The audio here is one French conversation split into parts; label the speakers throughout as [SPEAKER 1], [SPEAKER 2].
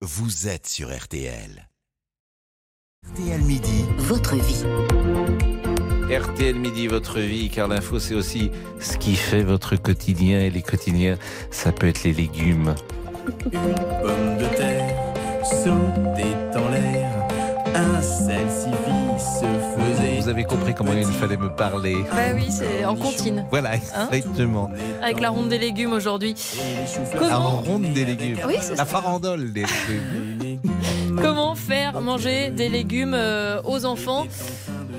[SPEAKER 1] Vous êtes sur RTL. RTL Midi.
[SPEAKER 2] Votre vie.
[SPEAKER 3] RTL Midi, votre vie, car l'info, c'est aussi ce qui fait votre quotidien. Et les quotidiens, ça peut être les légumes.
[SPEAKER 4] Une pomme de terre sautait en l'air. Un salsifis se faisait.
[SPEAKER 3] Vous avez compris comment il fallait me parler.
[SPEAKER 5] Bah oui, c'est en comptine,
[SPEAKER 3] Voilà,
[SPEAKER 6] Hein
[SPEAKER 3] exactement.
[SPEAKER 5] avec la ronde des légumes aujourd'hui.
[SPEAKER 3] La
[SPEAKER 5] Comment,
[SPEAKER 3] ronde des légumes.
[SPEAKER 5] Oui, c'est
[SPEAKER 3] La farandole des légumes.
[SPEAKER 5] comment faire manger des légumes euh, aux enfants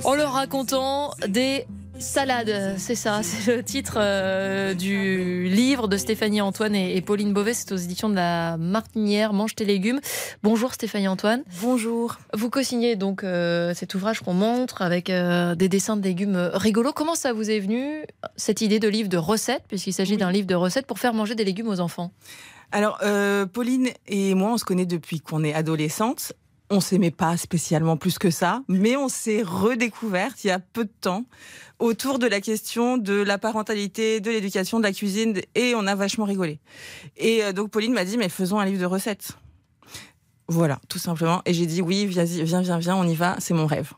[SPEAKER 5] en leur racontant des salades C'est ça, c'est le titre euh, du livre de Stéphanie Antoine et, et Pauline Beauvais. C'est aux éditions de la Martinière, Mange tes légumes. Bonjour Stéphanie Antoine.
[SPEAKER 6] Bonjour.
[SPEAKER 5] Vous co-signez donc euh, cet ouvrage qu'on montre avec euh, des dessins de légumes euh, rigolos. Comment ça vous est venu, cette idée de livre de recettes, puisqu'il s'agit d'un livre de recettes pour faire manger des légumes aux enfants
[SPEAKER 6] Alors, euh, Pauline et moi, on se connaît depuis qu'on est adolescente. On s'aimait pas spécialement plus que ça, mais on s'est redécouverte il y a peu de temps autour de la question de la parentalité, de l'éducation, de la cuisine, et on a vachement rigolé. Et euh, donc Pauline m'a dit, mais faisons un livre de recettes. Voilà, tout simplement. Et j'ai dit, oui, vas-y, viens, viens, viens, on y va, c'est mon rêve.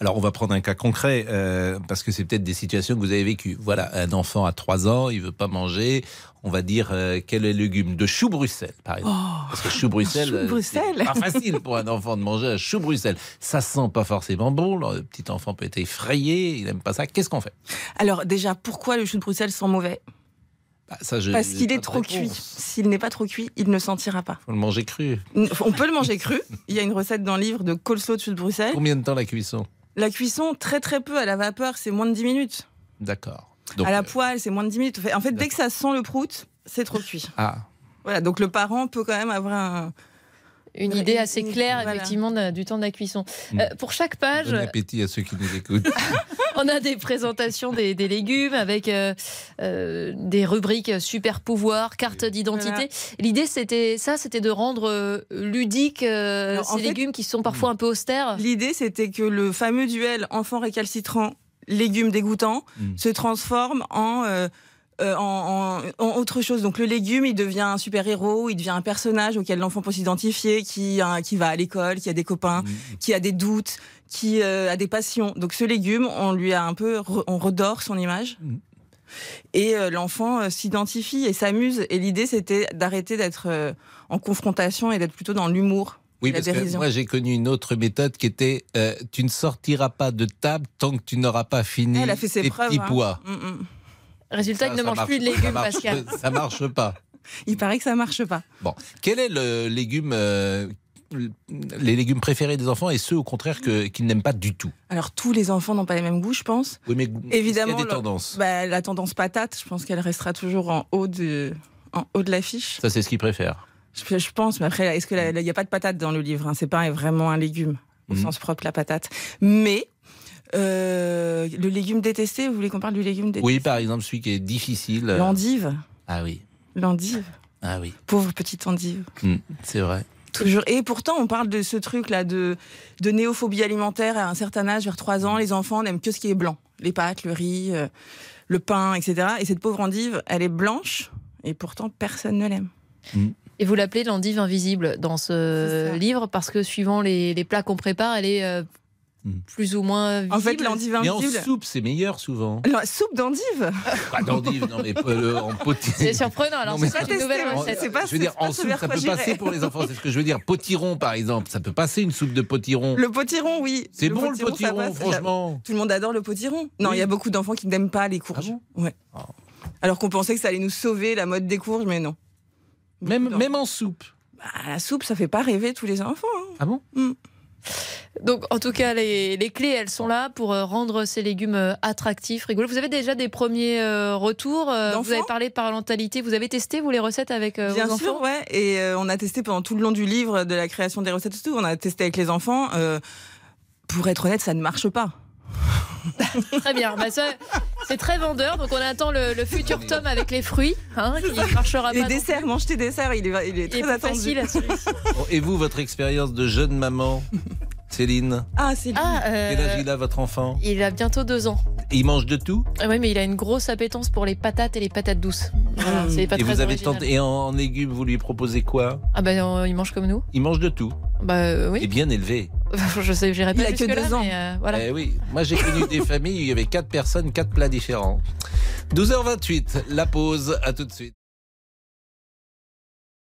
[SPEAKER 3] Alors, on va prendre un cas concret, euh, parce que c'est peut-être des situations que vous avez vécues. Voilà, un enfant à 3 ans, il veut pas manger. On va dire, euh, quel est le légume De chou Bruxelles, par exemple. Parce que chou Bruxelles,
[SPEAKER 6] Oh, chou
[SPEAKER 3] euh,
[SPEAKER 6] Bruxelles.
[SPEAKER 3] c'est pas facile pour un enfant de manger un chou Bruxelles. Ça sent pas forcément bon. Le petit enfant peut être effrayé, il n'aime pas ça. Qu'est-ce qu'on fait
[SPEAKER 6] Alors déjà, pourquoi le chou de Bruxelles sent mauvais
[SPEAKER 3] Bah, ça, je-
[SPEAKER 6] Parce
[SPEAKER 3] j'ai
[SPEAKER 6] qu'il
[SPEAKER 3] pas
[SPEAKER 6] est
[SPEAKER 3] de
[SPEAKER 6] trop cuit.
[SPEAKER 3] réponse.
[SPEAKER 6] S'il n'est pas trop cuit, il ne sentira pas.
[SPEAKER 3] Faut le manger cru.
[SPEAKER 6] On peut le manger cru. Il y a une recette dans le livre de coleslaw de Bruxelles.
[SPEAKER 3] Combien de temps la cuisson
[SPEAKER 6] La cuisson, très très peu, à la vapeur, c'est moins de 10 minutes.
[SPEAKER 3] D'accord. Donc,
[SPEAKER 6] à la
[SPEAKER 3] euh,
[SPEAKER 6] poêle, c'est moins de 10 minutes. En fait, dès que ça sent le prout, c'est trop cuit.
[SPEAKER 3] ah,
[SPEAKER 6] Voilà, donc le parent peut quand même avoir un.
[SPEAKER 5] Une
[SPEAKER 6] Ouais,
[SPEAKER 5] idée
[SPEAKER 6] une-
[SPEAKER 5] assez
[SPEAKER 6] une-
[SPEAKER 5] claire,
[SPEAKER 6] voilà.
[SPEAKER 5] effectivement, de- du temps de la cuisson.
[SPEAKER 3] Mm.
[SPEAKER 5] Euh, pour chaque page,
[SPEAKER 3] bon appétit à ceux qui nous écoutent.
[SPEAKER 6] Ah,
[SPEAKER 5] on a des présentations des, des légumes avec euh, euh, des rubriques super pouvoir, carte d'identité.
[SPEAKER 6] Voilà.
[SPEAKER 5] L'idée, c'était ça, c'était de rendre euh, ludique euh,
[SPEAKER 6] Alors, en
[SPEAKER 5] ces
[SPEAKER 6] fait-
[SPEAKER 5] légumes qui sont parfois un peu austères.
[SPEAKER 6] L'idée, c'était que le fameux duel enfant récalcitrant, légumes dégoûtants,
[SPEAKER 3] Mm.
[SPEAKER 6] se transforme en. euh, euh, en, en- en autre chose. Donc le légume, il devient un super-héros, il devient un personnage auquel l'enfant peut s'identifier, qui, hein, qui va à l'école, qui a des copains, qui a des doutes, qui euh, a des passions. Donc ce légume, on lui a un peu, re- on redore son image.
[SPEAKER 3] Mm.
[SPEAKER 6] Et euh, l'enfant euh, s'identifie et s'amuse. Et l'idée, c'était d'arrêter d'être euh, en confrontation et d'être plutôt dans l'humour.
[SPEAKER 3] Oui,
[SPEAKER 6] La
[SPEAKER 3] parce que
[SPEAKER 6] dérision.
[SPEAKER 3] moi j'ai connu une autre méthode qui était euh, tu ne sortiras pas de table tant que tu n'auras pas fini
[SPEAKER 6] Elle a fait ses
[SPEAKER 3] tes
[SPEAKER 6] preuves,
[SPEAKER 3] petits
[SPEAKER 6] hein.
[SPEAKER 3] poids.
[SPEAKER 6] Mm, mm.
[SPEAKER 5] Résultat,
[SPEAKER 3] Ça-
[SPEAKER 5] il ne
[SPEAKER 3] ça
[SPEAKER 5] mange
[SPEAKER 3] marche-
[SPEAKER 5] plus de
[SPEAKER 3] ça
[SPEAKER 5] légumes,
[SPEAKER 3] marche-
[SPEAKER 5] Pascal.
[SPEAKER 3] Ça marche pas.
[SPEAKER 6] Il paraît que ça marche pas.
[SPEAKER 3] Bon, quel est le légume, euh, les légumes préférés des enfants et ceux au contraire que- qu'ils n'aiment pas du tout
[SPEAKER 6] Alors tous les enfants n'ont pas les mêmes goûts, je pense.
[SPEAKER 3] Oui, mais
[SPEAKER 6] Évidemment,
[SPEAKER 3] il y a des
[SPEAKER 6] le-
[SPEAKER 3] tendances.
[SPEAKER 6] Bah, la tendance patate, je pense qu'elle restera toujours en haut de, en haut de l'affiche.
[SPEAKER 3] Ça, c'est ce qu'ils préfèrent.
[SPEAKER 6] Je, je pense, mais après, est-ce que la- la- il n'y a pas de patate dans le livre hein, C'est pas vraiment un légume au
[SPEAKER 3] Mhm.
[SPEAKER 6] sens propre la patate. Mais euh, le légume détesté, vous voulez qu'on parle du légume détesté
[SPEAKER 3] Oui, par exemple, celui qui est difficile. euh,
[SPEAKER 6] L'endive,
[SPEAKER 3] Ah oui,
[SPEAKER 6] l'endive,
[SPEAKER 3] ah oui,
[SPEAKER 6] pauvre petite endive.
[SPEAKER 3] Hmm, c'est vrai.
[SPEAKER 6] Toujours. Et pourtant, on parle de ce truc-là de, de néophobie alimentaire à un certain âge, vers 3 ans. Les enfants n'aiment que ce qui est blanc. Les pâtes, le riz, euh, le pain, etc. Et cette pauvre endive, elle est blanche et pourtant personne ne l'aime.
[SPEAKER 5] Et vous l'appelez l'endive invisible dans
[SPEAKER 6] C'est
[SPEAKER 5] ce
[SPEAKER 6] ça.
[SPEAKER 5] livre parce que suivant les, les plats qu'on prépare, elle est euh,
[SPEAKER 3] Mm.
[SPEAKER 5] plus ou moins visible.
[SPEAKER 6] En fait, l'endive
[SPEAKER 3] Mais en
[SPEAKER 6] invisible.
[SPEAKER 3] soupe, c'est meilleur souvent. Bah,
[SPEAKER 6] La soupe d'endive
[SPEAKER 3] Pas d'endive, non, mais euh, en potier.
[SPEAKER 5] C'est surprenant. Alors,
[SPEAKER 3] Non, mais-
[SPEAKER 5] c'est une
[SPEAKER 6] Pas
[SPEAKER 5] nouvelle
[SPEAKER 6] testé, moi.
[SPEAKER 5] recette.
[SPEAKER 6] C'est pas-
[SPEAKER 3] je veux dire,
[SPEAKER 6] c'est pas
[SPEAKER 3] en
[SPEAKER 6] ce
[SPEAKER 3] soupe,
[SPEAKER 6] vers
[SPEAKER 3] ça
[SPEAKER 6] quoi
[SPEAKER 3] peut
[SPEAKER 6] j'irais.
[SPEAKER 3] passer pour les enfants. C'est ce que je veux dire. Potiron, par exemple, ça peut passer une soupe de potiron.
[SPEAKER 6] Le potiron, oui.
[SPEAKER 3] C'est bon le
[SPEAKER 6] ça
[SPEAKER 3] potiron,
[SPEAKER 6] passe.
[SPEAKER 3] franchement.
[SPEAKER 6] Tout le monde adore le potiron. Non, il
[SPEAKER 3] Oui.
[SPEAKER 6] y a beaucoup d'enfants qui n'aiment pas les courges.
[SPEAKER 3] Ah
[SPEAKER 6] ouais.
[SPEAKER 3] Oh.
[SPEAKER 6] Alors qu'on pensait que ça allait nous sauver la mode des courges, mais non.
[SPEAKER 3] Même,
[SPEAKER 6] Non.
[SPEAKER 3] même en soupe.
[SPEAKER 6] Bah, la soupe, ça fait pas rêver tous les enfants. hein.
[SPEAKER 3] Ah bon
[SPEAKER 5] Donc, en tout cas, les, les clés, elles sont là pour euh, rendre ces légumes euh, attractifs, rigolos. Vous avez déjà des premiers euh, retours. euh, vous
[SPEAKER 6] D'enfants
[SPEAKER 5] avez parlé de parentalité. Vous avez testé, vous, les recettes avec euh,
[SPEAKER 6] Bien
[SPEAKER 5] vos
[SPEAKER 6] sûr,
[SPEAKER 5] enfants
[SPEAKER 6] ouais. Et euh, on a testé pendant tout le long du livre de la création des recettes et tout. On a testé avec les enfants. Euh, pour être honnête, ça ne marche pas.
[SPEAKER 5] Très bien. Bah, ça, c'est très vendeur. Donc, on attend le, le futur tome avec les fruits, hein, qui marchera
[SPEAKER 6] les
[SPEAKER 5] pas.
[SPEAKER 6] desserts, mange tes desserts, il est, il est
[SPEAKER 5] Il est
[SPEAKER 6] très
[SPEAKER 5] plus
[SPEAKER 6] attendu.
[SPEAKER 5] facile à celui-ci.
[SPEAKER 3] Bon, Oh, Et vous, votre expérience de jeune maman, Céline
[SPEAKER 6] Ah, c'est
[SPEAKER 5] Ah, euh,
[SPEAKER 3] Quel âge il a, votre enfant
[SPEAKER 5] il a bientôt deux ans.
[SPEAKER 3] Et il mange de tout
[SPEAKER 5] Ah oui, mais il a une grosse appétence pour les patates et les patates douces.
[SPEAKER 6] Hmm.
[SPEAKER 5] Voilà, c'est pas
[SPEAKER 3] Et
[SPEAKER 5] très
[SPEAKER 3] vous avez
[SPEAKER 5] original.
[SPEAKER 3] tenté. Et en, en légumes, vous lui proposez quoi
[SPEAKER 5] Ah ben euh, il mange comme nous.
[SPEAKER 3] Il mange de tout.
[SPEAKER 5] Bah euh, oui.
[SPEAKER 3] Et bien élevé.
[SPEAKER 5] je sais, j'irai pas
[SPEAKER 6] Il a que
[SPEAKER 5] jusque là,
[SPEAKER 6] deux ans.
[SPEAKER 5] mais euh, voilà.
[SPEAKER 3] Eh oui, moi j'ai connu des familles où il y avait quatre personnes, quatre plats différents. 12h28, la pause, à tout de suite.